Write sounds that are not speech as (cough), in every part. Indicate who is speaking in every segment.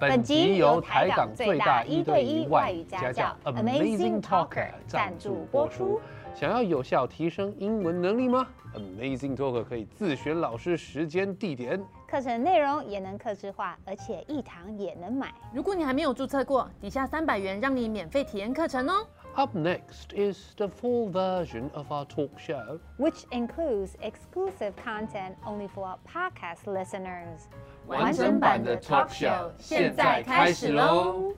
Speaker 1: 本集由台港最大一对一外语家教 Amazing Talker 赞助播出。想要有效提升英文能力吗？Amazing Talker 可以自选老师、时间、地点，
Speaker 2: 课程内容也能客制化，而且一堂也能买。
Speaker 3: 如果你还没有注册过，底下三百元让你免费体验课程哦。
Speaker 1: Up next is the full version of our talk show,
Speaker 2: which includes exclusive content only for podcast listeners.
Speaker 4: 完整版的 talk show 现在开始喽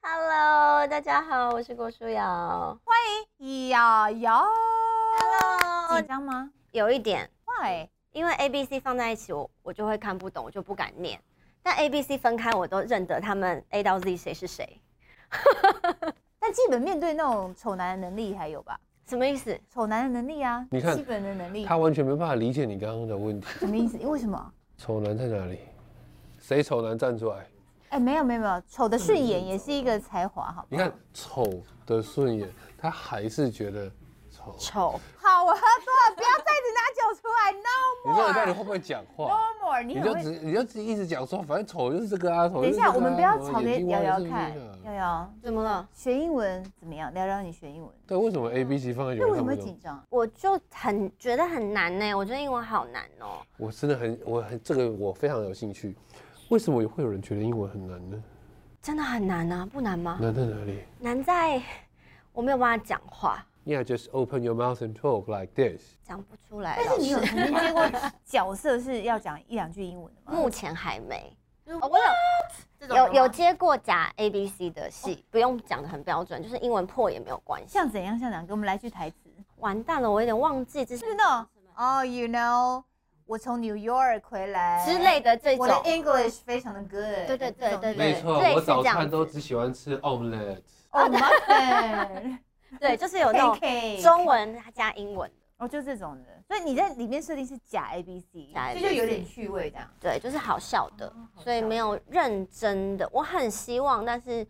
Speaker 5: ！Hello，大家好，我是郭书瑶，
Speaker 6: 欢迎瑶瑶。
Speaker 5: Hello，
Speaker 6: 哦紧张吗？
Speaker 5: 有一点。
Speaker 6: Why？
Speaker 5: 因为 A、B、C 放在一起，我我就会看不懂，我就不敢念。但 A、B、C 分开，我都认得他们 A 到 Z 谁是谁。
Speaker 6: 但基本面对那种丑男的能力还有吧？
Speaker 5: 什么意思？
Speaker 6: 丑男的能力啊，
Speaker 1: 你看
Speaker 6: 基本的能力，
Speaker 1: 他完全没办法理解你刚刚的问题。
Speaker 6: 什么意思？为什么？
Speaker 1: 丑男在哪里？谁丑男站出来？
Speaker 6: 哎，没有没有没有，丑的顺眼也是一个才华，好不
Speaker 1: 你
Speaker 6: 好？
Speaker 1: 看丑的顺眼，他还是觉得丑。
Speaker 5: 丑，
Speaker 6: 好，我喝多了，不要再一直拿酒出来，no
Speaker 1: 你这个到底
Speaker 6: more，no
Speaker 1: 会不会讲话？
Speaker 6: more，
Speaker 1: 你
Speaker 6: 你很
Speaker 1: 就
Speaker 6: 会。
Speaker 1: 只你就只一直讲说，反正丑就是这个啊，丑
Speaker 6: 等
Speaker 1: 就是
Speaker 6: 一
Speaker 1: 这个啊。
Speaker 6: 下，我们不要
Speaker 1: 什么
Speaker 6: 吵
Speaker 1: 眼
Speaker 6: 给
Speaker 1: 睛
Speaker 6: 瑶
Speaker 1: 歪
Speaker 6: 瑶
Speaker 1: 是
Speaker 6: 看
Speaker 1: 这个，
Speaker 6: 瑶瑶
Speaker 5: 怎么了？
Speaker 6: 学英文怎么样？聊聊你学英文，
Speaker 1: 对，为什么 A B C 放在一起
Speaker 6: 那哎为
Speaker 1: 我看
Speaker 6: 什么
Speaker 1: 不
Speaker 6: 会
Speaker 1: 懂
Speaker 6: 紧？张？
Speaker 5: 我就很觉得很难呢，我觉得英文好难哦。
Speaker 1: 我真的很，我很这个我非常有兴趣。为什么会有人觉得英文很难呢？
Speaker 5: 真的很难啊，不难吗？
Speaker 1: 难在哪里
Speaker 5: 难在我没有办法讲话，
Speaker 1: ？Yeah, just open your mouth and talk like this。
Speaker 5: 讲不出来。
Speaker 6: 但是你有曾经接过角色是要讲一两句英文的吗？
Speaker 5: 目前还没，
Speaker 3: 就是
Speaker 5: 哦我有
Speaker 3: 这种的
Speaker 5: 有
Speaker 3: 吗
Speaker 5: 有接过假 A B C 的戏，不用讲的很标准，就是英文破也没有关系。
Speaker 6: 像怎样像怎样，给我们来句台词。
Speaker 5: 完蛋了，我有点忘记这是
Speaker 6: 是那种哦，you know，我从 New York 回来
Speaker 5: 之，类的这
Speaker 6: 我
Speaker 5: 种
Speaker 6: 的。English 非常的 good。
Speaker 5: 对对对对对
Speaker 1: 没错
Speaker 5: 对，
Speaker 1: 我
Speaker 5: 是这
Speaker 1: 早
Speaker 5: 样
Speaker 1: 餐都
Speaker 5: 子
Speaker 1: 只喜欢吃 omelette。
Speaker 6: 哦 m u f f i
Speaker 5: (laughs)
Speaker 6: n
Speaker 5: 对，就是有那种
Speaker 6: Pancake
Speaker 5: 中文加英文的，
Speaker 6: 哦，就这种的。所以你在里面设定是假 A B C，
Speaker 5: 假
Speaker 6: 这就
Speaker 5: ABC
Speaker 6: 有点趣味这样。
Speaker 5: 对，就是哦好笑的，所以没有认真的。我很希望，但是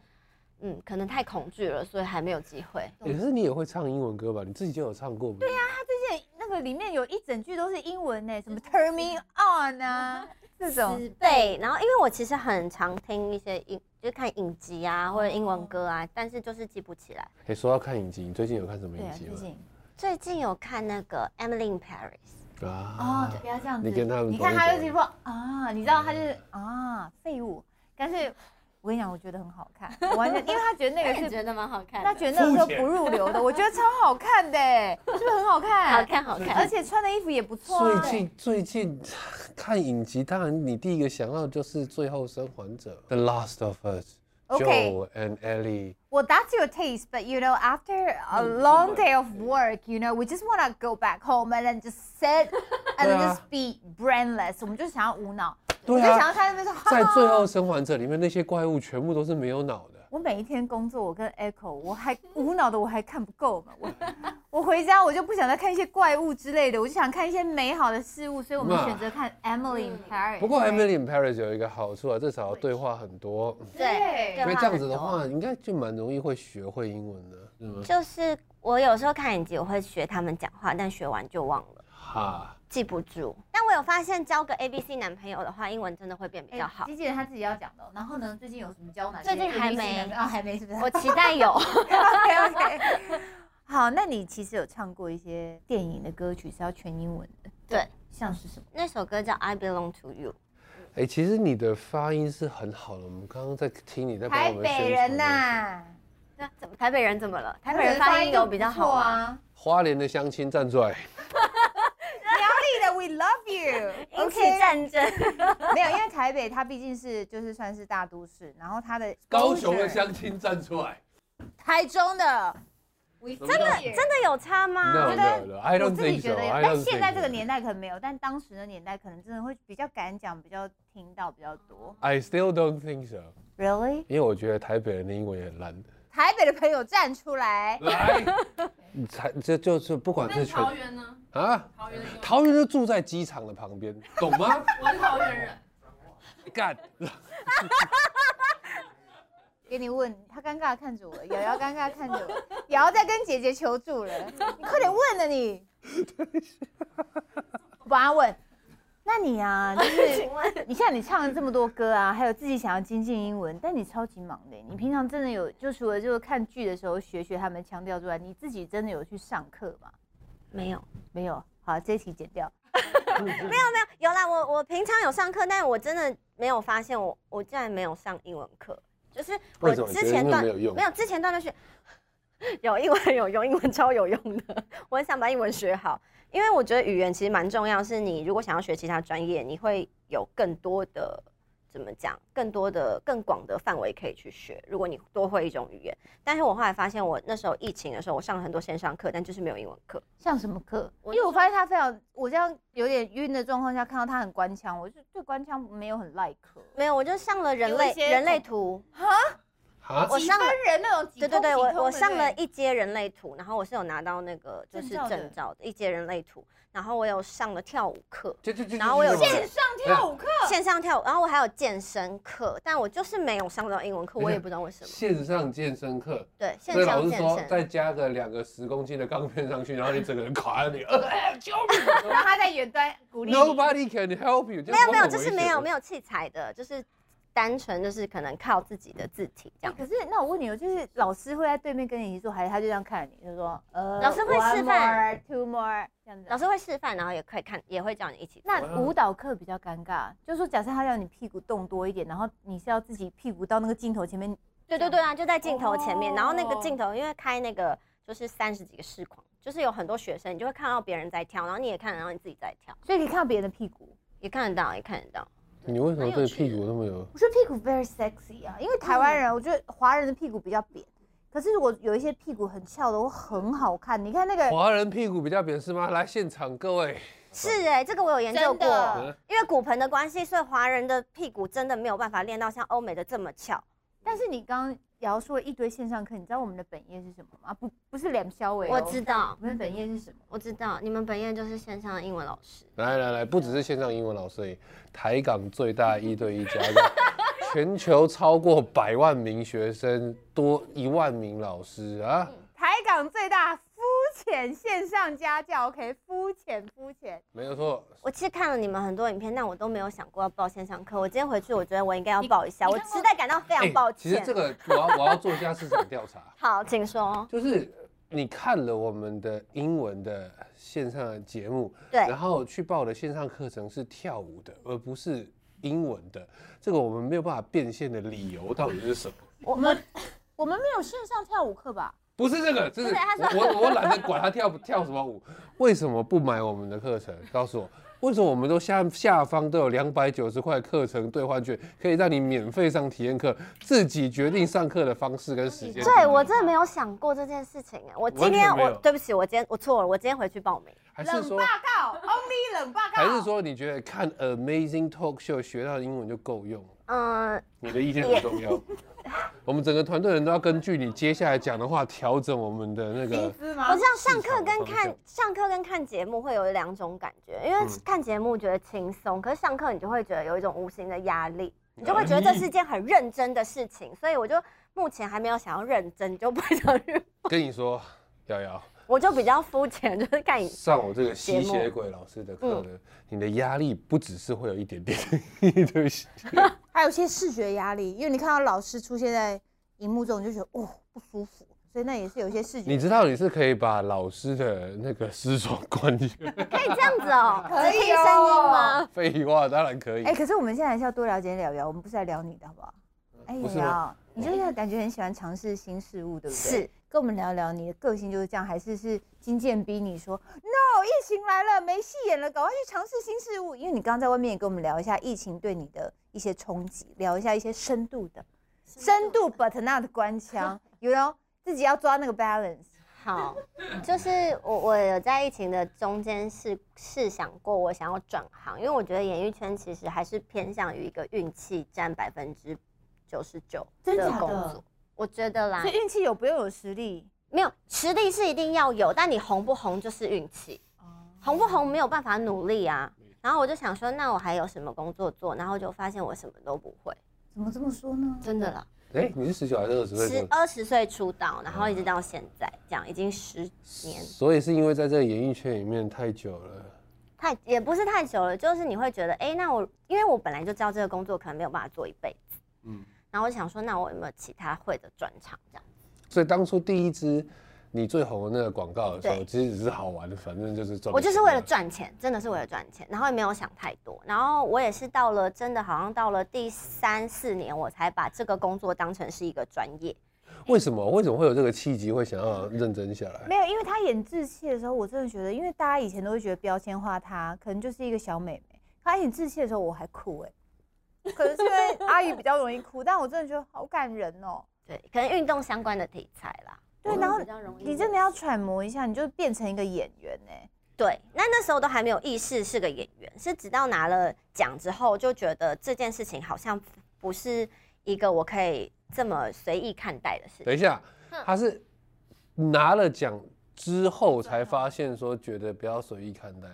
Speaker 5: 嗯，可能太恐惧了，所以还没有机会。
Speaker 1: 欸可是你也会唱英文歌吧？你自己就有唱过。
Speaker 6: 啊
Speaker 1: 对呀。
Speaker 6: 而且那个里面有一整句都是英文呢，什么 Turn me on
Speaker 5: (laughs)
Speaker 6: 啊，这种。
Speaker 5: 死背。然后，因为我其实很常听一些英，就是看影集啊，或者英文歌啊，但是就是记不起来。
Speaker 1: 哎，说到看影集，你最近有看什么
Speaker 6: 对
Speaker 1: 影
Speaker 6: 啊，
Speaker 1: 集
Speaker 6: 最
Speaker 1: 吗？
Speaker 6: 近
Speaker 5: 最近有看那个《Emily in Paris
Speaker 6: 哦
Speaker 1: 啊，
Speaker 6: 不要这样子。
Speaker 1: 你跟他们
Speaker 6: 你
Speaker 1: 搞
Speaker 6: 看
Speaker 1: 一搞
Speaker 6: 他就是说啊，你知道他就是啊废物，但是我跟你讲，我觉得很好
Speaker 1: (laughs)
Speaker 6: 看，我完全因为他觉得》，那个是
Speaker 5: 哎觉得蛮好看
Speaker 6: 他觉得那个时候不入流的，我觉得超好看的欸，是不是很好
Speaker 1: (laughs)
Speaker 6: 看？
Speaker 5: 好，看好
Speaker 6: 而
Speaker 5: 看。
Speaker 6: 且穿的衣服也不错
Speaker 1: 最
Speaker 6: 啊。
Speaker 1: 近最近 (laughs) 看影集，当然你第一个想到就是《最后生还者》The Last of Us。
Speaker 6: Okay.
Speaker 1: Joe and Ellie，
Speaker 6: Well, that's your taste, but you know, after
Speaker 1: Oh,
Speaker 6: a long day of work, you know, we just want to go back home and then just sit and
Speaker 1: 对啊
Speaker 6: then just be brainless. 我们就想要无脑，我
Speaker 1: 对啊
Speaker 6: 就想要啊在那边说，哈
Speaker 1: 在《最后生还者》里面那些怪物全部都是没有脑的。
Speaker 6: 我每一天工作，我跟 Echo，我 (laughs) 还无脑的，我还看不够嘛。我我回家我就不想再看一些怪物之类的，我就想看一些美好的事物，所以我们
Speaker 1: 嘛
Speaker 6: 选择看 Emily in Paris。
Speaker 1: 不过《Emily in Paris》有一个好处啊，至少对话很多。
Speaker 5: 对，
Speaker 1: 因为
Speaker 5: 对
Speaker 1: 这样子的
Speaker 5: 话
Speaker 1: 话，
Speaker 5: 很多，
Speaker 1: 应该就蛮容易会学会英文的，是吗？
Speaker 5: 就是我有时候看影集，我会学他们讲话，但学完就忘了，
Speaker 1: 哈，
Speaker 5: 记不住。但我有发现，交个 A B C 男朋友的话，英文真的会变比
Speaker 6: 哎
Speaker 5: 较好。
Speaker 6: 吉姐她自己要讲的哦。然后呢，最近有什么胶囊？
Speaker 5: 最近还没
Speaker 6: 啊，还没是不是？ (laughs)
Speaker 5: 我期待有。 (laughs)
Speaker 6: OK OK。好， (laughs) 那你其实有唱过一些电影的歌曲是要全英文的，
Speaker 5: 对，
Speaker 6: 像是什么？
Speaker 5: 那首歌叫《I Belong to You》。
Speaker 1: 哎，其实你的发音是很好的，我们刚刚在听你在帮
Speaker 6: 台
Speaker 1: 我们宣
Speaker 6: 北
Speaker 1: 传
Speaker 6: 人
Speaker 1: 那个
Speaker 6: 呐、
Speaker 5: 那怎么台北人怎么了？台北人发音有比较好啊。
Speaker 6: 啊。
Speaker 1: 花莲的乡亲站出来，
Speaker 6: 苗栗的 We love (laughs) you，
Speaker 5: 引起战争，
Speaker 6: 没有，因为台北它毕竟是就是算是大都市，然后它的
Speaker 1: 高雄的乡亲站出来。
Speaker 6: 台中的，
Speaker 1: 真的
Speaker 5: 真的有差吗？
Speaker 1: No
Speaker 6: 觉得
Speaker 1: no no, I
Speaker 6: 我
Speaker 1: don't
Speaker 6: 自己
Speaker 1: think so.
Speaker 6: 觉得
Speaker 1: I
Speaker 6: 有，
Speaker 1: don't
Speaker 6: 但现在这个
Speaker 1: think so.
Speaker 6: 年代可能没有，但当时的年代可能真的会比较敢讲，比较听到比较多。
Speaker 1: I still don't think so，
Speaker 6: Really？
Speaker 1: 因为我觉得台北人的英文也很 (laughs) 烂。
Speaker 6: 台北的朋友站出来，
Speaker 1: 来，才这就是不管是
Speaker 4: 那
Speaker 1: 全
Speaker 4: 桃园呢？
Speaker 1: 啊，
Speaker 4: 桃园的英文
Speaker 1: 桃园就住在机场的旁边，懂吗？
Speaker 4: 我是桃园人，
Speaker 1: 干，
Speaker 6: 给你问，他尴尬地看着我，瑶瑶尴尬地看着我， (laughs) 瑶瑶在跟姐姐求助了，你快点问了你，我帮他问。那你啊，就是你像你唱了这么多歌啊，还有自己想要精进英文，但你超级忙的耶。欸你平常真的有就除了就是看剧的时候学学他们腔调之外，你自己真的有去上课吗？
Speaker 5: 没有，
Speaker 6: 没有。啊好，这一题剪掉。
Speaker 5: 有啦，我我平常有上课，但我真的没有发现我我竟然没有上英文课，就是我
Speaker 1: (laughs) 为什么你觉
Speaker 5: 之
Speaker 1: 得
Speaker 5: 前
Speaker 1: 英文
Speaker 5: 断
Speaker 1: 没有用
Speaker 5: 没有之前断断续， (laughs) 有英文有用，英文超有用的，我很想把英文学好，因为我觉得语言其实蛮重要，是你如果想要学其他专业，你会有更多的怎么讲，更多的更广的范围可以去学，如果你多会一种语言。但是我后来发现，我那时候疫情的时候，我上了很多线上课，但就是没有英文课。
Speaker 6: 上什么课？因
Speaker 5: 我
Speaker 6: 为我
Speaker 5: 就
Speaker 6: 发现他非常，我这样有点晕的状况下看到他很官腔，我就对官腔没有很 like。
Speaker 5: 没有，我就上了人
Speaker 6: 有一
Speaker 5: 类
Speaker 6: 些
Speaker 5: 人类图，
Speaker 1: 啊，
Speaker 5: 我上了
Speaker 6: 人那种
Speaker 5: 对对对，我我上了一阶人类图，然后我是有拿到那个就是
Speaker 6: 证照的
Speaker 5: 证照的一阶人类图，然后我有上了跳舞课，
Speaker 1: 这这这，
Speaker 5: 然后我有
Speaker 1: 这
Speaker 5: 线
Speaker 6: 上
Speaker 1: 跳
Speaker 6: 舞课，
Speaker 5: 线上跳舞，然后我还有健身课，但我就是没有上到英文课，
Speaker 1: 等一下
Speaker 5: 我也不知道为什么。
Speaker 1: 线上健身课，
Speaker 5: 对，
Speaker 1: 所
Speaker 5: 线
Speaker 1: 以老
Speaker 5: 上
Speaker 1: 师
Speaker 5: 健
Speaker 1: 说
Speaker 5: 身，
Speaker 1: 再加个两个十公斤的钢片上去，然后你整个人卡在那里，
Speaker 5: (laughs)
Speaker 1: 呃救
Speaker 6: 然 (laughs) 后他在远端鼓励
Speaker 1: (laughs)
Speaker 6: 你。
Speaker 1: Nobody can help you，
Speaker 5: 没有没有，就是没有没
Speaker 1: 有。
Speaker 5: 有器材的，就是单纯就是可能靠自己的字体这样。
Speaker 6: 可是那我问你哦，就是老师会在对面跟你一起做，还是他就这样看你，就说呃，
Speaker 5: 老师会示范
Speaker 6: one more,，two more 这样子。
Speaker 5: 老师会示范，然后也可以看，也会叫你一起做。
Speaker 6: 那舞蹈课比较尴尬，就是说假设他要你屁股动多一点，然后你是要自己屁股到那个镜头前面，
Speaker 5: 对对对啊，就在镜头前面，
Speaker 6: 哦
Speaker 5: 然后那个镜头因为开那个就是三十几个视框，就是有很多学生，你就会看到别人在跳，然后你也看得到你自己在跳，
Speaker 6: 所以可以看到别人的屁股。
Speaker 5: 也看得到，也看得到。
Speaker 1: 你为什么对屁股那么有？
Speaker 6: 我觉得屁股 very sexy 啊，因为台湾人，我觉得华人的屁股比较扁，可是我有一些屁股很翘的，我很好看。你看那个
Speaker 1: 华人屁股比较扁是吗？来现场各位，
Speaker 5: 是哎、这个我有研究过
Speaker 6: 真的，
Speaker 5: 因为骨盆的关系，所以华人的屁股真的没有办法练到像欧美的这么翘。
Speaker 6: 但是你刚刚姚说了一堆线上课，你知道我们的本业是什么吗？不，不是脸肖伟、
Speaker 5: 我知，道，
Speaker 6: 哦我们的本业是什么？
Speaker 5: 我知道，你们本业就是线上英文老师，
Speaker 1: 来来来，不只是线上英文老师而已，台港最大一对一家
Speaker 5: (laughs)
Speaker 1: 教，全球超过百万名学生，多一万名老师啊！
Speaker 5: 嗯
Speaker 6: 台港最大肤浅线上家教，OK，肤浅肤浅。
Speaker 1: 没有错，
Speaker 5: 我其实看了你们很多影片，但我都没有想过要报线上课。我今天回去，我觉得我应该要报一下，
Speaker 6: 你
Speaker 5: 我
Speaker 6: 你看过
Speaker 5: 实在感到非常抱
Speaker 1: 哎其实
Speaker 5: 歉。
Speaker 1: 这个我要我要做一下市场调查，
Speaker 5: 好，请说。
Speaker 1: 就是你看了我们的英文的线上的节目，
Speaker 5: 对
Speaker 1: 然后去报的线上课程是跳舞的，而不是英文的，这个我们没有办法变现的理由到底是什么？
Speaker 6: 我们我们没有线上跳舞课吧？
Speaker 1: 不是这个，这是
Speaker 5: 是他
Speaker 1: 我我我懒得管他跳不跳什么舞，为什么不买我们的课程？告诉我。为什么我们都下下方都有两百九十块课程兑换券，可以让你免费上体验课，自己决定上课的方式跟时间？
Speaker 5: 对我真的没有想过这件事情哎，我今天
Speaker 1: 完全没
Speaker 5: 我
Speaker 1: 有
Speaker 5: 对不起，我今天我错了，我今天回去报名。
Speaker 1: 还是
Speaker 6: 冷
Speaker 1: 说
Speaker 6: 霸告，Only 冷霸告。
Speaker 1: 还是说你觉得看 Amazing Talk Show 学到的英文就够用了？
Speaker 5: 嗯，
Speaker 1: 你的意见很重要。我们整个团队人都要根据你接下来讲的话调整我们的那
Speaker 6: 薪
Speaker 1: 个。
Speaker 6: 资
Speaker 5: 我
Speaker 6: 吗
Speaker 5: 知？道
Speaker 1: 哦
Speaker 5: 上
Speaker 1: 市
Speaker 5: 课
Speaker 1: 场的
Speaker 5: 跟
Speaker 1: 方向
Speaker 5: 看上课跟看节目会有两种感觉，因为
Speaker 1: 嗯
Speaker 5: 看节目觉得轻松，可是上课你就会觉得有一种无形的压力，你就会觉得这是件很认真的事情，所以我就目前还没有想要认真，就不会想去，
Speaker 1: 跟你说，瑶瑶，
Speaker 5: 我就比较肤浅，就是看
Speaker 1: (laughs)
Speaker 5: 影
Speaker 1: 上我这个吸血鬼老师的课呢，你的压力不只是会有一点点，对不起，
Speaker 6: 还有一些视觉压力，因为你看到老师出现在荧幕中，你就觉得哦不舒服，所以那也是有一些视
Speaker 1: (laughs)
Speaker 6: 觉。
Speaker 1: 你知道你是可以把老师的那个私闯关进去。
Speaker 5: 可以这样子哦，
Speaker 6: 可以哦
Speaker 5: 只听声音吗？
Speaker 1: 废话，当然可以
Speaker 6: 哎、。可是我们现在还是要多了解聊聊，我们不是来聊你的好不好？哎、
Speaker 1: 不
Speaker 6: 瑶
Speaker 1: 是
Speaker 6: 瑶，你就是感觉很喜欢尝试新事物，对不对？
Speaker 5: 是，
Speaker 6: 跟我们聊聊你的个性就是这样，还是是金建逼你说 no，疫情来了没戏演了，赶快去尝试新事物。因为你刚刚在外面也跟我们聊一下疫情对你的一些冲击，聊一下一些深度的、深度 but not 官腔， (laughs) 有有自己要抓那个 balance。
Speaker 5: 好，就是我我有在疫情的中间是试想过我想要转行，因为我觉得演艺圈其实还是偏向于一个运气占百分之九十九
Speaker 6: 真假
Speaker 5: 的
Speaker 6: 的
Speaker 5: 工作，我觉得啦
Speaker 6: 所，以运气有不用有实力，
Speaker 5: 没有实力是一定要有，但你红不红就是运气，
Speaker 6: 哦
Speaker 5: 红不红没有办法努力啊。然后我就想说，那我还有什么工作做？然后就发现我什么都不会，
Speaker 6: 怎么这么说呢？
Speaker 5: 真的啦。
Speaker 1: 哎，你是十九还是嗯二十岁出
Speaker 5: 十
Speaker 1: 的？
Speaker 5: 二十岁出道，然后一直到现在，这样已经十年，
Speaker 1: 所以是因为在这个演艺圈里面太久了，
Speaker 5: 太也不是太久了，就是你会觉得，哎、那我因为我本来就知道这个工作可能没有办法做一辈子，
Speaker 1: 嗯，
Speaker 5: 然后我想说，那我有没有其他会的专长这样？
Speaker 1: 所以当初第一支你最红的那个广告的时候，
Speaker 5: 对
Speaker 1: 其实只是好玩的，反正就是赚钱。
Speaker 5: 我就是为了赚钱，真的是为了赚钱，然后也没有想太多。然后我也是到了真的好像到了第三四年，我才把这个工作当成是一个专业。
Speaker 1: 为什么？为什么会有这个契机，会想要认真下来？
Speaker 6: 没有，因为她演志气的时候，我真的觉得，因为大家以前都会觉得标签化她，可能就是一个小美眉。她演志气的时候，我还哭哎、可能是因 (laughs) 为阿姨比较容易哭，但我真的觉得好感人哦。
Speaker 5: 对，可能运动相关的题材啦。嗯
Speaker 6: 对，然后
Speaker 4: 比较容易
Speaker 6: 你真的要揣摩一下，你就变成一个演员哎、
Speaker 5: 对，那那时候都还没有意识是个演员，是直到拿了奖之后，就觉得这件事情好像不是一个我可以这么随意看待的事情。
Speaker 1: 等一下，他是拿了奖之后才发现说，觉得不要随意看待。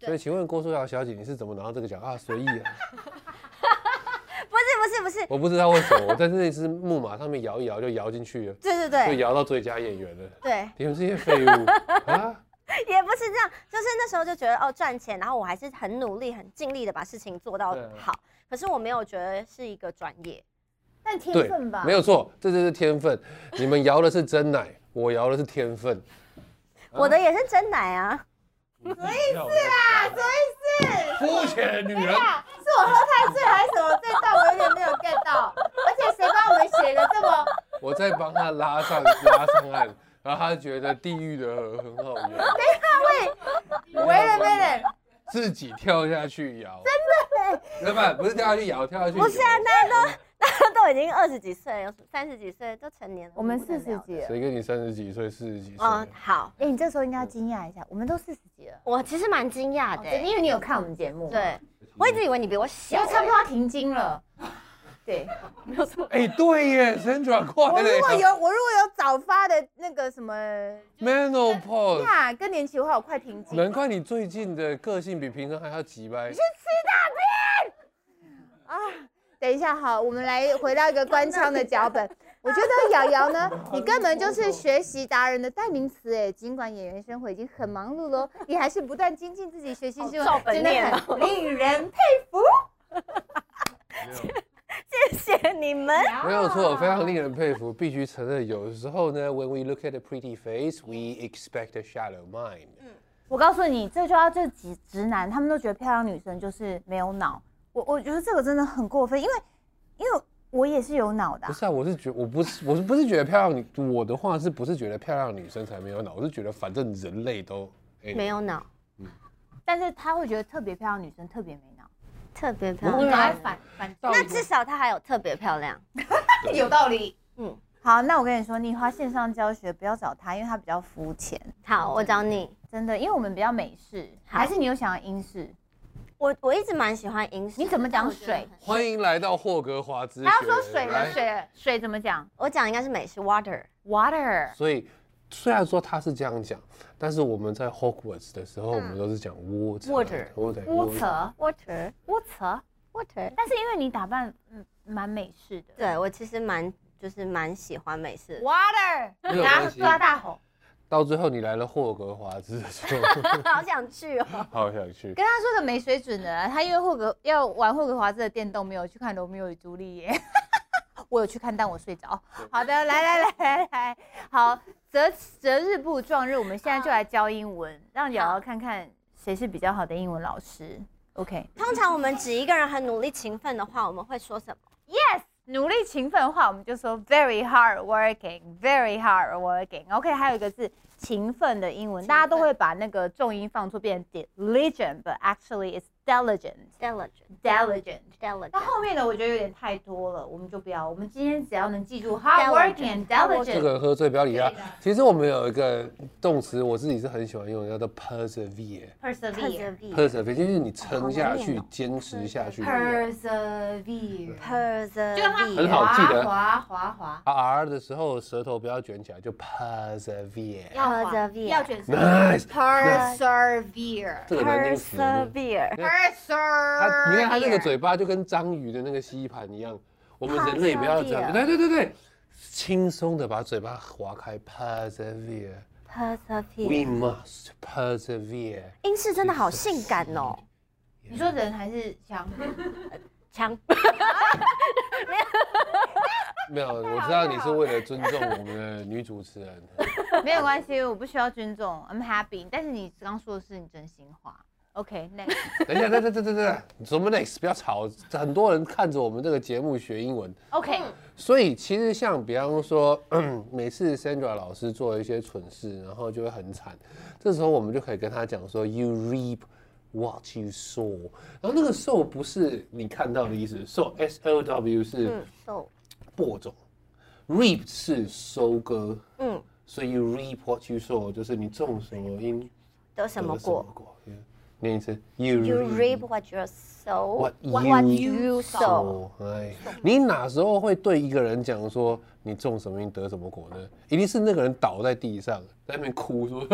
Speaker 1: 所以，请问郭书瑶小姐，你是怎么拿到这个奖啊？随意啊， (laughs)
Speaker 5: 不是不是不是，
Speaker 1: 我不知道为什么，我在那只木马上面摇一摇就摇进去了，
Speaker 5: 对对
Speaker 1: 就
Speaker 5: 对
Speaker 1: 摇到最佳演员了。
Speaker 5: 对，
Speaker 1: 你们这些 (laughs) 废物啊！
Speaker 5: 也不是这样，就是那时候就觉得哦赚钱，然后我还是很努力、很尽力的把事情做到
Speaker 1: 对啊
Speaker 5: 好，可是我没有觉得是一个专业。
Speaker 6: 但天
Speaker 1: 对
Speaker 6: 分吧，，
Speaker 1: 没有错，这就是天分。你们摇的是真奶，我摇的是天分。嗯
Speaker 5: 我的也是真奶啊， (laughs)
Speaker 1: 什么意思啊？什么意思？肤浅的女人，
Speaker 6: 是我喝太醉还是什么？这段我有点没有 get 到，而且谁帮我们写的这么？
Speaker 1: 我在帮她拉上拉上岸，然后她觉得地狱的河很好游，
Speaker 6: 喂了喂了，
Speaker 1: 自己跳下去摇。真的？老板不是跳下去摇，跳下去。
Speaker 5: 不是啊，大家都大家都已经二十几岁了，三十几岁都成年了，
Speaker 6: 我们
Speaker 5: 不能
Speaker 6: 四十
Speaker 5: 聊
Speaker 6: 几了，
Speaker 1: 谁跟你三十几岁、四十几岁？
Speaker 5: 嗯，好，
Speaker 6: 哎、你这时候应该要惊讶一下，我们都四十几了，
Speaker 5: 我其实蛮惊讶的、
Speaker 6: 哦
Speaker 5: 欸
Speaker 6: 因为你有看我们节目，，
Speaker 5: 对，啊我一直以为你比我小、
Speaker 6: 因为差不多要停经了，对。
Speaker 1: 哎，对耶，生转
Speaker 6: (laughs) 我
Speaker 1: 快
Speaker 6: 如果
Speaker 1: 了。
Speaker 6: 有我如果有早发的那个什么
Speaker 1: 嗯 Menopause，
Speaker 6: 呀更年期的话，我快停经。
Speaker 1: 难怪你最近的个性比平常还要急掰。
Speaker 6: 等一下，好，我们来回到一个官腔的脚本。我觉得瑶瑶
Speaker 1: (laughs)
Speaker 6: 呢，你根本就是学习达人的代名词哎。尽管演员生活已经很忙碌喽，你还是不断精进自己学习新闻
Speaker 5: 照，本
Speaker 6: 真的
Speaker 5: 念啊
Speaker 6: 很令人佩
Speaker 5: 谢谢你们。
Speaker 6: 服。
Speaker 1: 没有错，非常令人佩服。必须承认，有时候呢，when we look at a pretty face, we expect a shallow mind。
Speaker 6: (laughs) 我告诉你，这就要这几直男，他们都觉得漂亮女生就是没有脑。我我觉得这个真的很过分，因为因为我也是有脑的啊、
Speaker 1: 不是啊，我是觉我不是我是不是觉得漂亮女，我的话是不是觉得漂亮女生才没有脑？我是觉得反正人类都哎
Speaker 5: 没有脑，
Speaker 6: 但是他会觉得特别漂亮女生特别没脑。
Speaker 5: 特别漂
Speaker 1: 不会
Speaker 5: 亮。
Speaker 1: 啊
Speaker 6: 反反
Speaker 5: 那至少她还有特别漂亮。
Speaker 6: 有道理。
Speaker 5: 嗯，
Speaker 6: 好，那我跟你说，你花线上教学不要找他，因为他比较肤浅，
Speaker 5: 好，我找你。
Speaker 6: 真的，因为我们比较美式，
Speaker 5: 好
Speaker 6: 还是你有想要英式？
Speaker 5: 我我一直蛮喜欢饮水。
Speaker 6: 你怎么讲水？
Speaker 1: 欢迎来到霍格华兹学。
Speaker 6: 他要说水
Speaker 1: 来
Speaker 6: 了，水了，水怎么讲
Speaker 5: 我讲应该是美式 water。
Speaker 6: ？Water。
Speaker 1: 所以虽然说他是这样讲，但是我们在 Hogwarts 的时候，我们都是讲 water
Speaker 5: Water
Speaker 1: water
Speaker 6: 乌扯，
Speaker 5: water
Speaker 6: 乌扯，
Speaker 5: water。
Speaker 6: 但是因为你打扮嗯蛮美式的，
Speaker 5: 对我其实蛮就是蛮喜欢美式的。
Speaker 6: ，water，
Speaker 1: 没有
Speaker 6: 然
Speaker 1: 关
Speaker 6: 后
Speaker 1: 系
Speaker 6: 抓大吼，
Speaker 1: 到最后你来了霍格华兹的时候，
Speaker 5: 好想去哦。
Speaker 1: 好想去。
Speaker 6: 跟他说个没水准的啦，他因为霍格要玩霍格华兹的电动，没有去看罗密欧与朱丽叶。 (laughs) 我有去看，但我睡着。好的，来来来来来，好，择择日不如撞日，我们现在就来教英文，让瑶瑶看看谁是比较好的英文老师。OK，
Speaker 5: 通常我们指一个人很努力勤奋的话，我们会说什么？
Speaker 6: 努力勤奋的话，我们就说 very hard working，very hard working。OK，还有一个字勤奋的英文，
Speaker 5: 勤奋
Speaker 6: 大家都会把那个重音放错，变成 diligent，but actually it's diligent。
Speaker 5: diligent
Speaker 6: diligent。那
Speaker 5: diligent。
Speaker 6: 后面的我觉得有点太多了，我们就不要。我们今天只要能记住 hard
Speaker 5: Diligent
Speaker 6: working and
Speaker 1: 这
Speaker 6: diligent。
Speaker 1: 个人喝醉不要理他。其实我们有一个动词，我自己是很喜欢用的，叫做 persevere。
Speaker 6: persevere
Speaker 1: persevere 就是你撑下
Speaker 5: 好难
Speaker 1: 去
Speaker 5: 念哦，
Speaker 1: 坚持下去。
Speaker 6: persevere，
Speaker 5: persevere
Speaker 6: 就让它
Speaker 1: 很好记得
Speaker 6: 滑滑滑，
Speaker 1: R 的时候舌头不要卷起来，就 persevere。
Speaker 6: 要滑
Speaker 5: persevere
Speaker 6: 要卷舌
Speaker 1: Nice，
Speaker 6: persevere
Speaker 1: 这个难听死了。
Speaker 5: persevere
Speaker 1: 他
Speaker 6: persevere。
Speaker 1: 你看他那个嘴巴就跟章鱼的那个吸盘一样，我们人类不要这样，对对对对，轻松的把嘴巴划开，persevere。We
Speaker 5: persevere，
Speaker 1: must persevere。
Speaker 5: 英式真的好性感哦，
Speaker 6: 你说人还是强？
Speaker 5: 强
Speaker 1: 没有，我知道你是为了尊重我们的女主持人。
Speaker 6: (laughs) 没有关系，我不需要尊重，I'm happy。但是你刚说的是你真心话，OK？那
Speaker 1: 等一下，等等等等等，什么 next？不要吵，很多人看着我们这个节目学英文。
Speaker 6: OK，
Speaker 1: 所以其实像比方说， (clears throat) 每次 Sandra 老师做一些蠢事，然后就会很惨。这时候我们就可以跟他讲说，You reap what you sow。然后那个 sow 不是你看到的意思，sow s o w 是
Speaker 5: 嗯瘦，
Speaker 1: 播种、r e a p 是收割，
Speaker 5: 嗯，
Speaker 1: 所以 you reap what you sow 就是你种什么因
Speaker 5: 得什么
Speaker 1: 得
Speaker 5: 果
Speaker 1: ？Yeah 念一次，you
Speaker 5: ？You
Speaker 1: reap
Speaker 5: reap what you sow，
Speaker 1: what
Speaker 5: 嗯 what
Speaker 1: you
Speaker 5: you sow
Speaker 1: sow。哎，你哪时候会对一个人讲说你种什么因得什么果呢？一定是那个人倒在地上，在那边哭说：“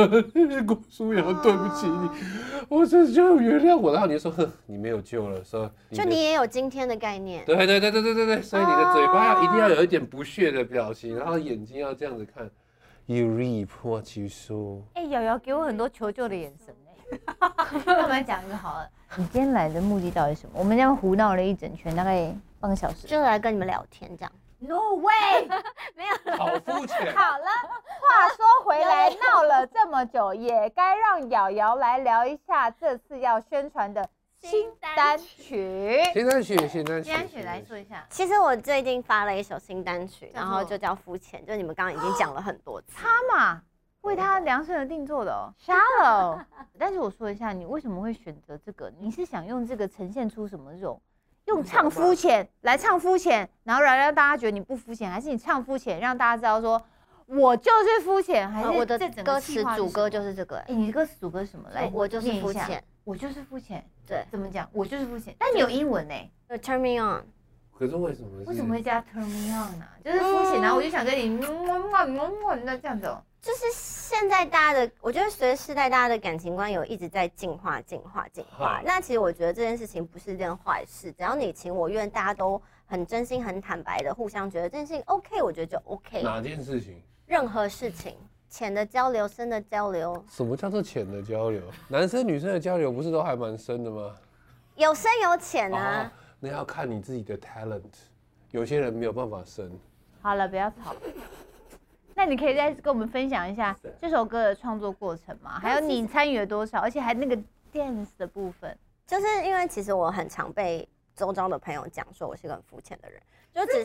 Speaker 1: 郭书瑶，对不起你，我这就原谅我。”然后你就说：“哼，你没有救了。”说
Speaker 5: 就
Speaker 1: 的
Speaker 5: 你也有今天的概念，
Speaker 1: 对对对对对对对，所以你的嘴巴要一定要有一点不屑的表情，然后眼睛要这样子看。You reap what you sow。
Speaker 2: 哎，瑶瑶给我很多求救的眼神哎。
Speaker 6: 那我们来讲一个好了。哎 (laughs) 你今天来的目的到底是什么？我们这样胡闹了一整圈，大概半个小时。
Speaker 5: 就来跟你们聊天这样。
Speaker 6: No way！
Speaker 1: 好肤浅。
Speaker 6: 好了，话说回来，闹了这么久，也该让瑶瑶来聊一下这次要宣传的新单曲。
Speaker 1: 新单曲，新单曲，
Speaker 2: 今天雪来说一下，
Speaker 5: 其实我最近发了一首新单曲，
Speaker 2: 叫
Speaker 5: 然
Speaker 2: 做
Speaker 5: 后就叫《肤浅》，就你们刚刚已经讲了很多次。
Speaker 2: 啊
Speaker 6: 他嘛，为他量身而定做的哦，Shallow。但是我说一下，你为什么会选择这个？你是想用这个呈现出什么这种？用唱肤浅来唱肤浅，然后来让大家觉得你不肤浅，还是你唱肤浅让大家知道说我就是肤浅，还是、
Speaker 5: 呃我的
Speaker 2: 这整个
Speaker 5: 歌
Speaker 2: 计
Speaker 5: 词
Speaker 2: 划是
Speaker 5: 主歌
Speaker 2: 什么
Speaker 5: 就是这个，哎哎
Speaker 6: 哎、你这个主歌是什么来？
Speaker 5: 我就是
Speaker 6: 念一
Speaker 5: 肤
Speaker 6: 下
Speaker 5: 浅，
Speaker 6: 我就是肤浅。
Speaker 5: 对
Speaker 6: 怎么讲？我就是肤浅。但你有英文呢、
Speaker 5: 就 Turn Me On。
Speaker 1: 可是为什么？
Speaker 6: 为什么会？加 turn me on 呢、就是肤浅啊，我就想跟你么么么么那这样子哦。
Speaker 5: 就是现在大家的，我觉得随着时代，大家的感情观有一直在进化、进化、进化
Speaker 1: 好。
Speaker 5: 那其实我觉得这件事情不是一件坏事，只要你情我愿，大家都很真心、很坦白的互相觉得这件事情 OK，我觉得就 OK。
Speaker 1: 哪件事情？
Speaker 5: 任何事情，浅的交流，深的交流，
Speaker 1: 什么叫做浅的交流？男生女生的交流不是都还蛮深的吗？
Speaker 5: 有深有浅
Speaker 1: 啊
Speaker 5: 啊。，
Speaker 1: 那要看你自己的 talent。有些人没有办法深，
Speaker 6: 好了，不要吵。那你可以再跟我们分享一下这首歌的创作过程吗？还有你参与了多少，而且还那个 dance 的部分。
Speaker 5: 就是因为其实我很常被周遭的朋友讲说我是个很肤浅的人，就只是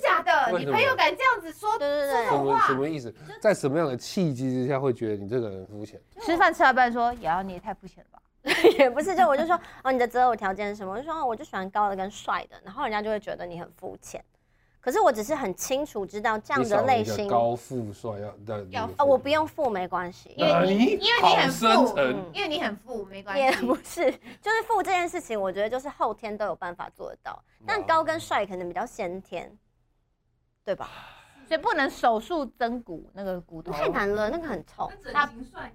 Speaker 1: 为什
Speaker 6: 的
Speaker 1: 么你朋友
Speaker 6: 敢这样子说
Speaker 5: 对对对
Speaker 1: 什
Speaker 5: 对，
Speaker 1: 么什么意思？在什么样的契机之下会觉得你这个人肤浅？
Speaker 6: 吃饭吃到一半说，瑶瑶你也太肤浅了吧？
Speaker 5: 也不是，就我就说哦，你的择偶条件是什么？我就说哦，我就喜欢高的跟帅的，然后人家就会觉得你很肤浅。可是我只是很清楚知道这样
Speaker 1: 你少
Speaker 5: 的
Speaker 1: 了
Speaker 5: 类
Speaker 1: 一个
Speaker 5: 型，
Speaker 1: 高富帅要的
Speaker 2: 要
Speaker 5: 哦，我不用付没关系，
Speaker 2: 因为你
Speaker 1: 因
Speaker 2: 因为你
Speaker 1: 好
Speaker 2: 很
Speaker 1: 深
Speaker 2: 富
Speaker 1: 沉
Speaker 5: 嗯
Speaker 2: 因为你很富，没关
Speaker 5: 也
Speaker 2: 系
Speaker 5: 不。是，就是付这件事情，我觉得就是后天都有办法做得到，但
Speaker 1: 哇
Speaker 5: 高跟帅可能比较先天，对吧？
Speaker 6: 所以不能手术增骨那个骨头。
Speaker 5: 太难了，那个很痛。
Speaker 2: 那整形帅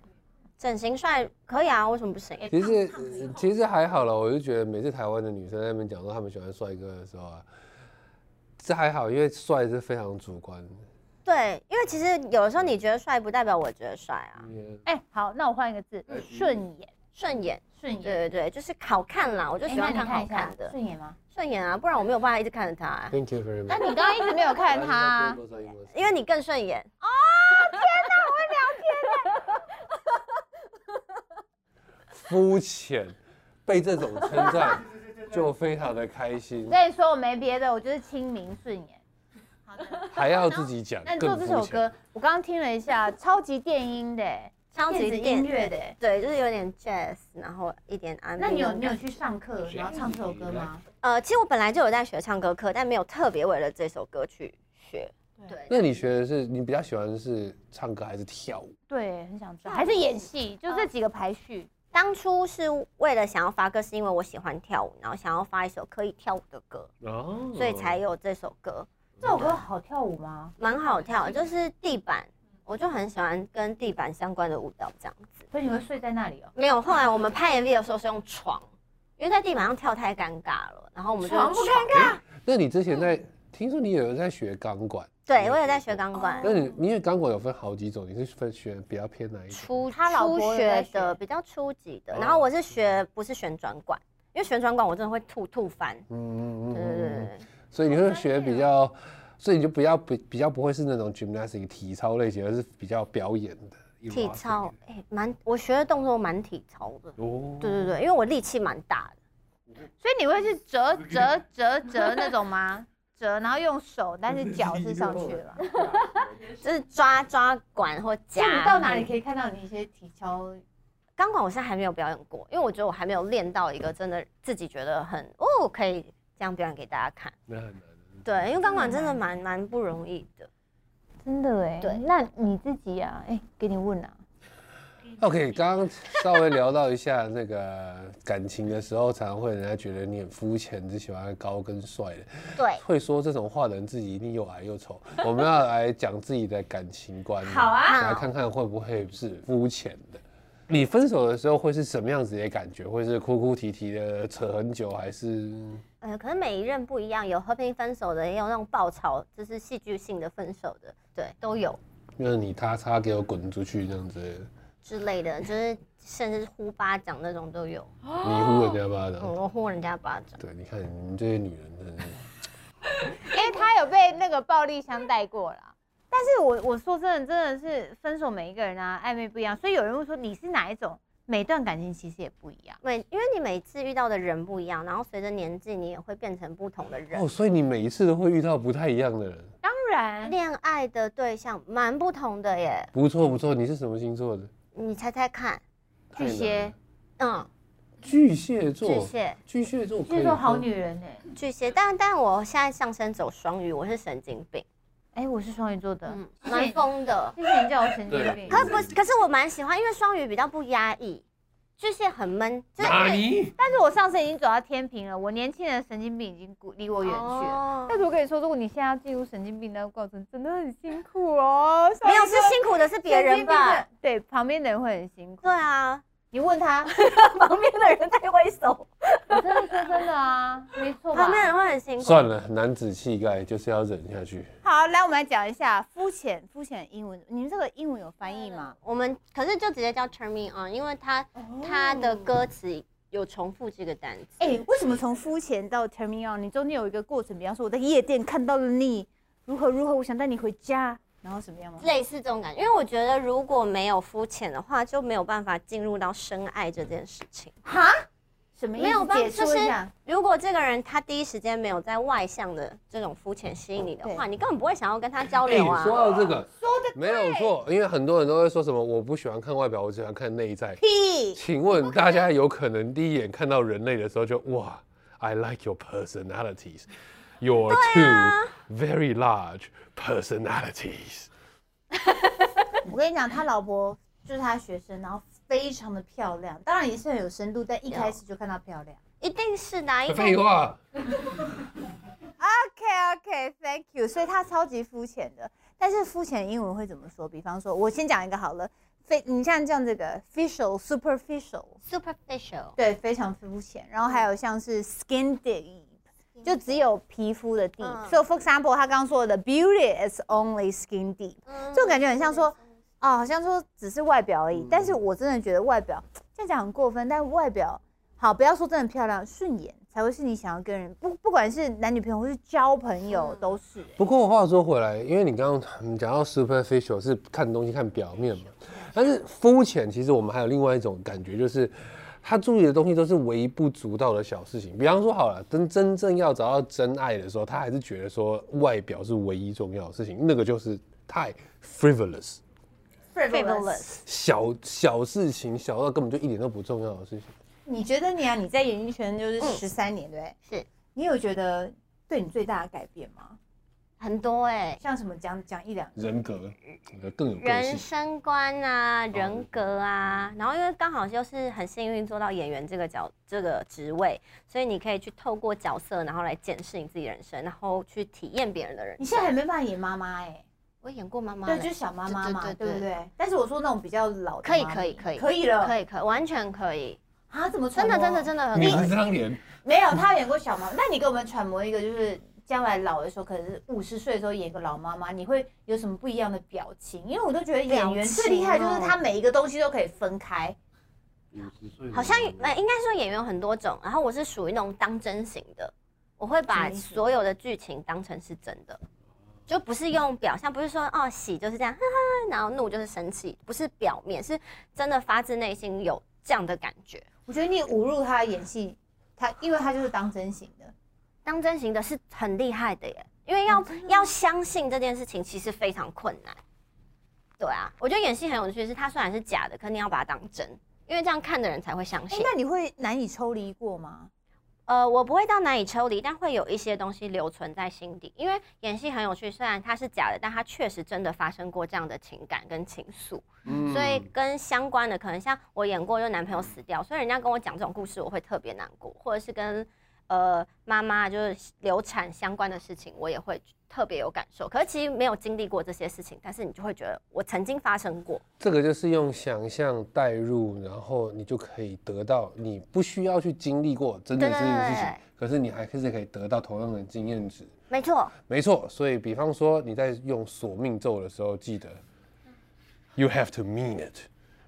Speaker 5: 整形帅可以啊，为什么不行？
Speaker 1: 其实呃其实还好了，我就觉得每次台湾的女生在那边讲说她们喜欢帅哥的时候啊，这还好，因为帅是非常主观的。
Speaker 5: 对，因为其实有的时候你觉得帅，不代表我觉得帅啊。
Speaker 1: 嗯
Speaker 6: 哎、好，那我换一个字，
Speaker 1: 哎
Speaker 6: 顺眼，
Speaker 5: 顺眼，
Speaker 6: 顺眼。
Speaker 5: 对对对，就是好看啦，我就
Speaker 6: 哎
Speaker 5: 喜
Speaker 6: 那
Speaker 5: 欢
Speaker 6: 你
Speaker 5: 看好
Speaker 6: 一下
Speaker 5: 看的。
Speaker 6: 顺眼吗？
Speaker 5: 顺眼啊，不然我没有办法一直看着他、啊，
Speaker 1: Thank you very
Speaker 6: 那
Speaker 1: much。
Speaker 6: 你刚刚一直没有看
Speaker 1: (laughs)
Speaker 6: 他、啊。
Speaker 5: 因为你更顺眼。
Speaker 1: 肤浅，被这种称赞就非常的开心，
Speaker 6: 所以说我没别的，我就是清明顺眼。
Speaker 1: 还要自己讲
Speaker 6: 那你做
Speaker 1: 更
Speaker 6: 这
Speaker 1: 肤
Speaker 6: 首
Speaker 1: 浅
Speaker 6: 歌。，我刚刚听了一下，超级电音的欸，
Speaker 5: 超级
Speaker 6: 电子音乐的欸。
Speaker 5: 对，就是有点 jazz，然后一点安。
Speaker 6: 那你有你有去上课，然后唱这首歌吗？
Speaker 5: 呃，其实我本来就有在学唱歌课，但没有特别为了这首歌去学。对，
Speaker 1: 那你学的是你比较喜欢的是唱歌还是跳舞？
Speaker 6: 对，很想知道，还是演戏，就这几个排序。
Speaker 5: 当初是为了想要发歌，是因为我喜欢跳舞，然后想要发一首可以跳舞的歌，
Speaker 1: 哦，
Speaker 5: 所以才有这首歌，
Speaker 6: 这首歌好跳舞吗？
Speaker 5: 蛮嗯好跳，就是地板，我就很喜欢跟地板相关的舞蹈这样子。
Speaker 6: 所以你会睡在那里哦？
Speaker 5: 没有，后来我 (laughs) 们拍 MV 的时候是用床，因为在地板上跳太尴尬了，然后我们就用
Speaker 6: 床不
Speaker 5: 尴尬。
Speaker 1: 那你之前在听说你也有在学钢管，
Speaker 5: 对我有在学钢管。
Speaker 1: 那你因为钢管有分好几种，你是分学比较偏哪一种？
Speaker 5: 初他老
Speaker 6: 初
Speaker 5: 婆
Speaker 6: 学
Speaker 5: 学哦
Speaker 6: 的
Speaker 5: 的比较初级的，然后我是学不是旋转管，因为旋转管我真的会吐吐翻。
Speaker 1: 嗯嗯嗯
Speaker 5: 对对
Speaker 1: 嗯
Speaker 5: 对
Speaker 1: 嗯
Speaker 5: 对
Speaker 1: 嗯。所以你会学比较，所以你就不要比比较不会是那种 gymnastic 体操类型，而是比较表演的一种
Speaker 5: 对体
Speaker 1: art
Speaker 5: 操哎，蛮我学的动作蛮体操的。
Speaker 1: 哦，
Speaker 5: 对对对，因为我力气蛮大的。
Speaker 6: 所以你会是折折折折那种吗？折，然后用手，
Speaker 1: (laughs)
Speaker 6: 但是脚是上去了。
Speaker 5: 就是抓抓管或
Speaker 6: (laughs)
Speaker 5: 夹。
Speaker 6: 那你到哪里可以看到你一些体操？
Speaker 5: 钢管我是还没有表演过，因为我觉得我还没有练到一个真的自己觉得很哦可以这样表演给大家看。
Speaker 1: 那很难。
Speaker 5: 对，因为钢管真的蛮蛮不容易的。
Speaker 7: 真的
Speaker 6: 欸
Speaker 7: 哎。
Speaker 5: 对
Speaker 7: 那你自己啊，哎，给你问啊，
Speaker 1: OK，刚刚稍微聊到一下那个感情的时候，常常会人家觉得你很肤浅，只喜欢高跟帅的。
Speaker 5: 对，
Speaker 6: 哎
Speaker 1: 会说这种话的人自己一定又矮又
Speaker 6: (laughs)
Speaker 1: 丑。我们要来讲自己的感情观，
Speaker 6: 好啊
Speaker 1: 来看看会不会是肤浅的。你分手的时候会是什么样子的感觉？会是哭哭啼啼的扯很久，还是
Speaker 5: 呃，可能每一任不一样，有和平分手的，也有那种爆炒，就是戏剧性的分手的，对，都有
Speaker 1: 就是你咔嚓给我滚出去这样子，
Speaker 5: 之类的，就是甚至是呼巴掌那种都有。
Speaker 1: 你呼人家巴
Speaker 5: 嗯，
Speaker 6: 哦
Speaker 1: 掌？
Speaker 5: 我呼人家巴掌，
Speaker 1: 对，你看你们这些女人真的是，
Speaker 6: 因为哎他有被那个暴力相待过啦。但是我我说真的，真的是分手每一个人啊，暧昧不一样，所以有人会说你是哪一种，每段感情其实也不一样。
Speaker 5: 每因为你每次遇到的人不一样，然后随着年纪你也会变成不同的人
Speaker 1: 哦，。所以你每一次都会遇到不太一样的人。
Speaker 6: 当然，
Speaker 5: 恋爱的对象蛮不同的耶，
Speaker 1: 不错不错，你是什么星座的？
Speaker 5: 你猜猜看？
Speaker 1: 太难了
Speaker 6: 巨蟹，
Speaker 5: 嗯，
Speaker 1: 巨蟹座，
Speaker 5: 巨蟹，
Speaker 1: 巨蟹座可以
Speaker 6: 据
Speaker 1: 分，
Speaker 6: 说好女人呢、
Speaker 5: 巨蟹，但但我现在上升走双鱼，我是神经病，
Speaker 6: 哎、我是双鱼座的，
Speaker 5: 嗯，
Speaker 6: 谢谢
Speaker 5: 蛮
Speaker 6: 你
Speaker 5: 疯的。
Speaker 6: 谢谢你叫我神经病。
Speaker 5: 可不是，可是我蛮喜欢，因为双鱼比较不压抑，巨蟹很闷，就是
Speaker 1: 哪里？
Speaker 6: 但是我上次已经走到天平了，我年轻人的神经病已经离我远去了。
Speaker 5: 哦
Speaker 6: 但是我跟你说，如果你现在要进入神经病那个过程，真的很辛苦哦。
Speaker 5: 没有是辛苦的是别人吧？？
Speaker 6: 对，旁边的人会很辛苦。
Speaker 5: 对啊，
Speaker 6: 你问他，
Speaker 5: 旁边的人在挥手，
Speaker 6: 我真的说真的啊，没错吧
Speaker 5: 旁？边的人会很辛苦。
Speaker 1: 算了，男子气概就是要忍下去。
Speaker 6: 好，来我们来讲一下肤浅，肤浅英文，你们这个英文有翻译吗？
Speaker 5: 我们可是就直接叫 turn me on，因为它它的歌词有重复这个单词。
Speaker 6: 哎、
Speaker 5: 哦哎，
Speaker 6: 为什么从肤浅到 turn me on，你中间有一个过程？比方说我在夜店看到了你，如何如何，我想带你回家，然后什么样吗？
Speaker 5: 类似这种感觉，因为我觉得如果没有肤浅的话，就没有办法进入到深爱这件事情。
Speaker 6: 哈？什么意思？
Speaker 5: 没有办
Speaker 6: 解
Speaker 5: 法，就
Speaker 6: 说
Speaker 5: 是
Speaker 6: 一下。
Speaker 5: 如果这个人他第一时间没有在外向的这种肤浅吸引你的话，你根本不会想要跟他交
Speaker 1: 哎，
Speaker 5: 流啊。
Speaker 1: 说到这个，
Speaker 6: 说的
Speaker 1: 没有错，因为很多人都会说什么我不喜欢看外表，我只喜欢看内在。
Speaker 5: 屁，
Speaker 1: 请问大家有可能第一眼看到人类的时候就哇，I like your personalities, your two very large personalities。
Speaker 6: 我跟你讲，他老婆就是他学生，然后非常的漂亮，当然也是很有深度，但一开始就看到漂亮。
Speaker 5: 一定
Speaker 1: (laughs)
Speaker 5: 是的啊、一
Speaker 1: 废
Speaker 5: 定
Speaker 1: 话，
Speaker 6: OK OK Thank you，所以他超级肤浅的。但是肤浅英文会怎么说？比方说，我先讲一个好了，非你像这样这个 facial superficial，
Speaker 5: superficial。
Speaker 6: 对，非常肤浅。然后还有像是 skin deep，就只有皮肤的 deep。
Speaker 5: 嗯
Speaker 6: So for example，他刚刚说的 beauty is only skin deep，
Speaker 5: 嗯
Speaker 6: 这种感觉很像说，哦，好像说只是外表而已。但是我真的觉得外表这样讲很过分，但外表好，不要说真的漂亮，顺眼才会是你想要跟人不不管是男女朋友或是交朋友
Speaker 5: 嗯
Speaker 6: 都是、欸
Speaker 1: 不过话说回来，因为你刚刚嗯讲到 superficial 是看东西看表面嘛，但是肤浅其实我们还有另外一种感觉，就是他注意的东西都是微不足道的小事情。比方说好了，真真正要找到真爱的时候，他还是觉得说外表是唯一重要的事情，那个就是太 frivolous，
Speaker 6: frivolous。
Speaker 1: 小小事情小到根本就一点都不重要的事情。
Speaker 6: 你觉得你啊，你在演艺圈就是
Speaker 5: 嗯
Speaker 6: 十三年，对不对？
Speaker 5: 是
Speaker 6: 你有觉得对你最大的改变吗？
Speaker 5: 很多哎、
Speaker 6: 像什么讲讲一两
Speaker 1: 人格呃更有个
Speaker 5: 人
Speaker 1: 性，
Speaker 5: 生观啊，人格啊，然后因为刚好就是很幸运做到演员这个角这个职位，所以你可以去透过角色，然后来检视你自己人生，然后去体验别人的人生。
Speaker 6: 你现在还没办法演妈妈哎，
Speaker 5: 我演过妈妈嘞，
Speaker 6: 对，就是小妈妈嘛，
Speaker 5: 对
Speaker 6: 对
Speaker 5: 对对
Speaker 6: 不对？但是我说那种比较老的
Speaker 5: 可以
Speaker 6: 妈咪
Speaker 5: 可以可以
Speaker 6: 可以了，
Speaker 5: 可以可以，完全可以，
Speaker 6: 啊？怎么
Speaker 5: 真的真的
Speaker 6: 的。
Speaker 5: 真的很
Speaker 1: 你是这张脸，
Speaker 6: 没有，他演过小猫。那你给我们揣摩一个，就是将来老的时候，可能是五十岁的时候演一个老妈妈，你会有什么不一样的表情？因为我都觉得演员
Speaker 5: 表情
Speaker 6: 最厉害就是
Speaker 5: 哦
Speaker 6: 他每一个东西都可以分开。
Speaker 5: 好像呃，应该说演员有很多种，然后我是属于那种当真型的，我会把所有的剧情当成是真的，就不是用表象，不是说哦喜就是这样，哈哈，然后怒就是生气，不是表面，是真的发自内心有这样的感觉。
Speaker 6: 我觉得你侮辱他的演戏，他因为他就是当真型的，
Speaker 5: 当真型的是很厉害的耶，因为要、要相信这件事情其实非常困难。对啊，我觉得演戏很有趣，是它虽然是假的，可你要把它当真，因为这样看的人才会
Speaker 6: (laughs)
Speaker 5: 相
Speaker 6: 哎、
Speaker 5: 信。
Speaker 6: 那你会难以抽离过吗？
Speaker 5: 呃，我不会到难以抽离，但会有一些东西留存在心底。因为演戏很有趣，虽然它是假的，但它确实真的发生过这样的情感跟情愫，
Speaker 1: 嗯
Speaker 5: 所以跟相关的可能像我演过，就男朋友死掉，所以人家跟我讲这种故事，我会特别难过，或者是跟呃妈妈就是流产相关的事情，我也会特别有感受。可是其实没有经历过这些事情，但是你就会觉得我曾经发生过。
Speaker 1: 这个就是用想象代入，然后你就可以得到你不需要去经历过真的这件事情
Speaker 5: 对，
Speaker 1: 可是你还是可以得到同样的经验值。
Speaker 5: 没错，
Speaker 1: 没错，所以比方说你在用索命咒的时候，记得 you have to mean it。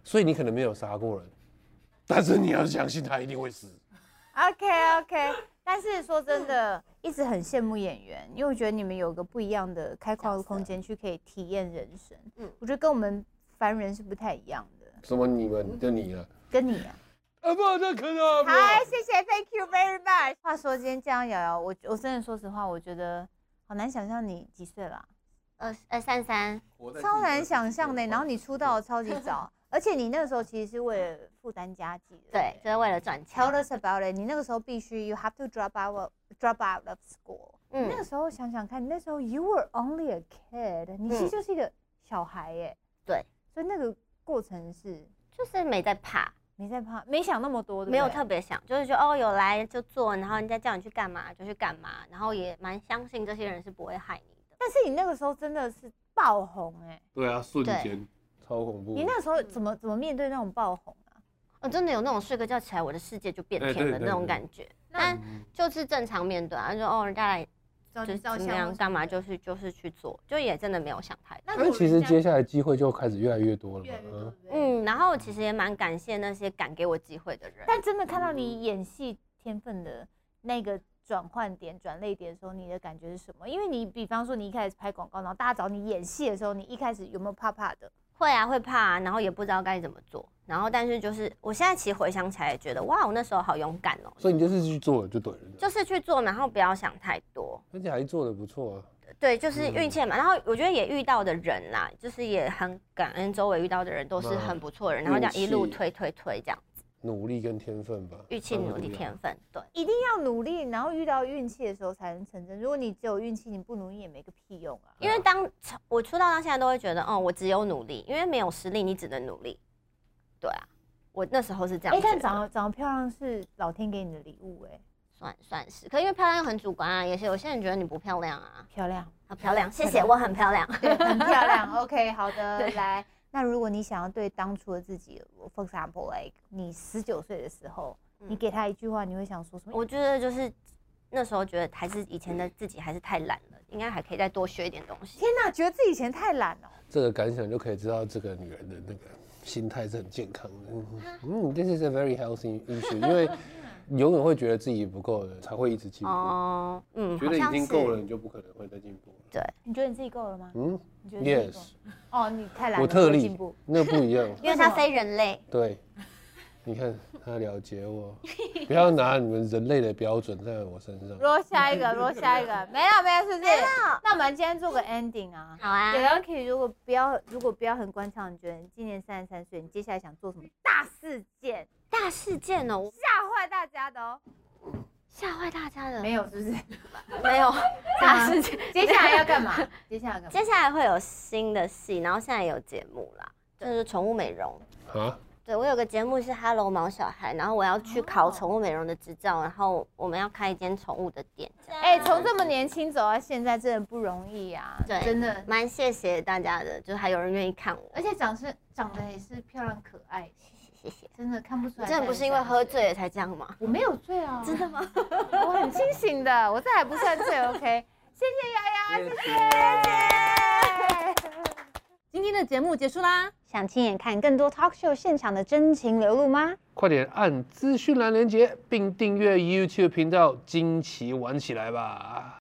Speaker 1: 所以你可能没有杀过人，但是你要相信他一定会死。
Speaker 6: OK OK，但是说真的， (laughs) 一直很羡慕演员，因为我觉得你们有个不一样的开阔的空间去可以体验人生。嗯
Speaker 5: 嗯，
Speaker 6: 我觉得跟我们凡人是不太一样的。
Speaker 1: 什么你们就你了？
Speaker 6: 跟你、啊，
Speaker 1: 啊不，那可能不。
Speaker 6: 嗨，谢谢，Thank you very much。话说今天这样瑶瑶，我我真的说实话，我觉得好难想象你几岁啦、
Speaker 5: 呃呃，三三，
Speaker 6: 超难想象的。然后你出道得超级 (laughs) 早，而且你那个时候其实是为了负担家计 (laughs) 的。
Speaker 5: 对，就是为了赚钱。
Speaker 6: Tell us about it。你那个时候必须 you have to drop out drop out of school。那
Speaker 5: 嗯
Speaker 6: 个时候想想看，那时候 you were only a kid，你其实
Speaker 5: 嗯
Speaker 6: 就是一个小孩耶。
Speaker 5: 对，
Speaker 6: 所以那个过程是
Speaker 5: 就是没在怕。
Speaker 6: 没在怕，没想那么多，对不对
Speaker 5: 没有特别想，就是说哦，有来就做，然后人家叫你去干嘛就去干嘛，然后也蛮相信这些人是不会害你的。
Speaker 6: 但是你那个时候真的是爆红哎，
Speaker 1: 对啊，瞬
Speaker 5: 对
Speaker 1: 间超恐怖。
Speaker 6: 你那时候怎么怎么面对那种爆红啊？
Speaker 5: 哦，真的有那种睡个觉起来，我的世界就变
Speaker 1: 哎
Speaker 5: 天
Speaker 1: 对
Speaker 5: 了
Speaker 1: 对
Speaker 5: 那种
Speaker 1: 对
Speaker 5: 感觉。但就是正常面对啊，就哦，人家来
Speaker 6: 照
Speaker 5: 嗯就是怎么样干嘛，就是就是去做，就也真的没有想太多。
Speaker 1: 但其实接下来机会就开始越来越多了嘛。嗯
Speaker 5: 嗯，然后其实也蛮感谢那些敢给我机会的人。
Speaker 6: 但真的看到你演戏天分的那个转换点、转泪点的时候，你的感觉是什么？因为你比方说你一开始拍广告，然后大家找你演戏的时候，你一开始有没有怕怕的？
Speaker 5: 会啊，会怕、啊，然后也不知道该怎么做。然后但是就是我现在其实回想起来，也觉得哇，我那时候好勇敢哦，
Speaker 1: 所以你就是去做了就对了，
Speaker 5: 就是去做，然后不要想太多。
Speaker 1: 而且还做的不错啊。
Speaker 5: 对，就是运气嘛。然后我觉得也遇到的人啦，就是也很感恩周围遇到的人都是很不错的人，
Speaker 1: 嗯
Speaker 5: 然后这样一路
Speaker 1: 运气
Speaker 5: 推推推这样，
Speaker 1: 努力跟天分吧，
Speaker 5: 运气努力天分，对，
Speaker 6: 一定要努力，然后遇到运气的时候才能成真。如果你只有运气，你不努力也没个屁用啊！
Speaker 5: 因为当我出道到现在都会觉得，哦，我只有努力，因为没有实力，你只能努力，对啊，我那时候是这样啊
Speaker 6: 哎、
Speaker 5: 觉得，
Speaker 6: 但长得长得漂亮是老天给你的礼物、哎，
Speaker 5: 算算是，可因为漂亮又很主观啊，也是有些人觉得你不漂亮啊，
Speaker 6: 漂亮，
Speaker 5: 啊漂亮，谢谢，我很漂亮， (laughs)
Speaker 6: 对，很漂亮。OK，好 (laughs) 的，来。那如果你想要对当初的自己，for example，like 你十九岁的时候，你
Speaker 5: 嗯
Speaker 6: 给他一句话，你会想说什么？
Speaker 5: 我觉得就是那时候觉得还是以前的自己还是太懒了，应该还可以再多学一点东西。
Speaker 6: 天哪，觉得自己以前太懒了、
Speaker 1: 这个感想就可以知道这个女人的那个心态是很健康的。嗯嗯，this is a very healthy issue，因为你永远会觉得自己不够的，才会一直进步。
Speaker 5: 哦，嗯，
Speaker 1: 觉
Speaker 5: 好
Speaker 1: 得已
Speaker 5: 像
Speaker 1: 经
Speaker 5: 是。
Speaker 1: 够了，你就不可能会再进步了。
Speaker 6: 你觉得你自己够了吗？
Speaker 1: 嗯
Speaker 6: 你觉得自己够了
Speaker 1: ，yes，
Speaker 6: 哦，你太懒了，
Speaker 1: 我特
Speaker 6: 没有进
Speaker 1: 例
Speaker 6: 步。，
Speaker 1: 那不一样。
Speaker 5: 因为他非人类，
Speaker 1: 对，你看他了解
Speaker 5: (laughs)
Speaker 1: 我，不要拿你们人类的标准在我身上。
Speaker 6: 罗下一个，罗下一个，没了没了，是不是？那我们今天做个 ending 啊。
Speaker 5: 好啊
Speaker 6: 有，人可以，如果不要，如果不要很官腔，你觉得你今年三十三岁，你接下来想做什么大事件，
Speaker 5: 大事件哦，我
Speaker 6: 吓坏大家的哦？
Speaker 5: 吓坏大家了，
Speaker 6: 没有，是不是？
Speaker 5: 没有大事件，
Speaker 6: (laughs) 接下来要干嘛？接下来要干嘛？
Speaker 5: 接下来会有新的戏，然后现在有节目啦，就是宠物美容。
Speaker 1: 啊，
Speaker 5: 对我有个节目是 Hello 毛小孩，然后我要去考宠物美容的执照，然后我们要开一间宠物的店，这样
Speaker 6: 哎，从这么年轻走到现在，真的不容易啊！
Speaker 5: 对
Speaker 6: 真的。
Speaker 5: 哎蛮谢谢大家的，就是还有人愿意看我，
Speaker 6: 而且长是长得也是漂亮可爱，
Speaker 5: 谢谢。
Speaker 6: 真的看不出来。
Speaker 5: 真的不是因为喝醉了才这样吗？
Speaker 6: 我没有醉啊，
Speaker 5: 真的吗？
Speaker 6: 我很清醒的，我这还不算醉。OK，谢谢丫丫，谢谢。
Speaker 3: 今天的节目结束啦，
Speaker 8: 想亲眼看更多 talk show 现场的真情流露吗？
Speaker 1: 快点按资讯栏连接，并订阅 YouTube 频道，惊奇玩起来吧！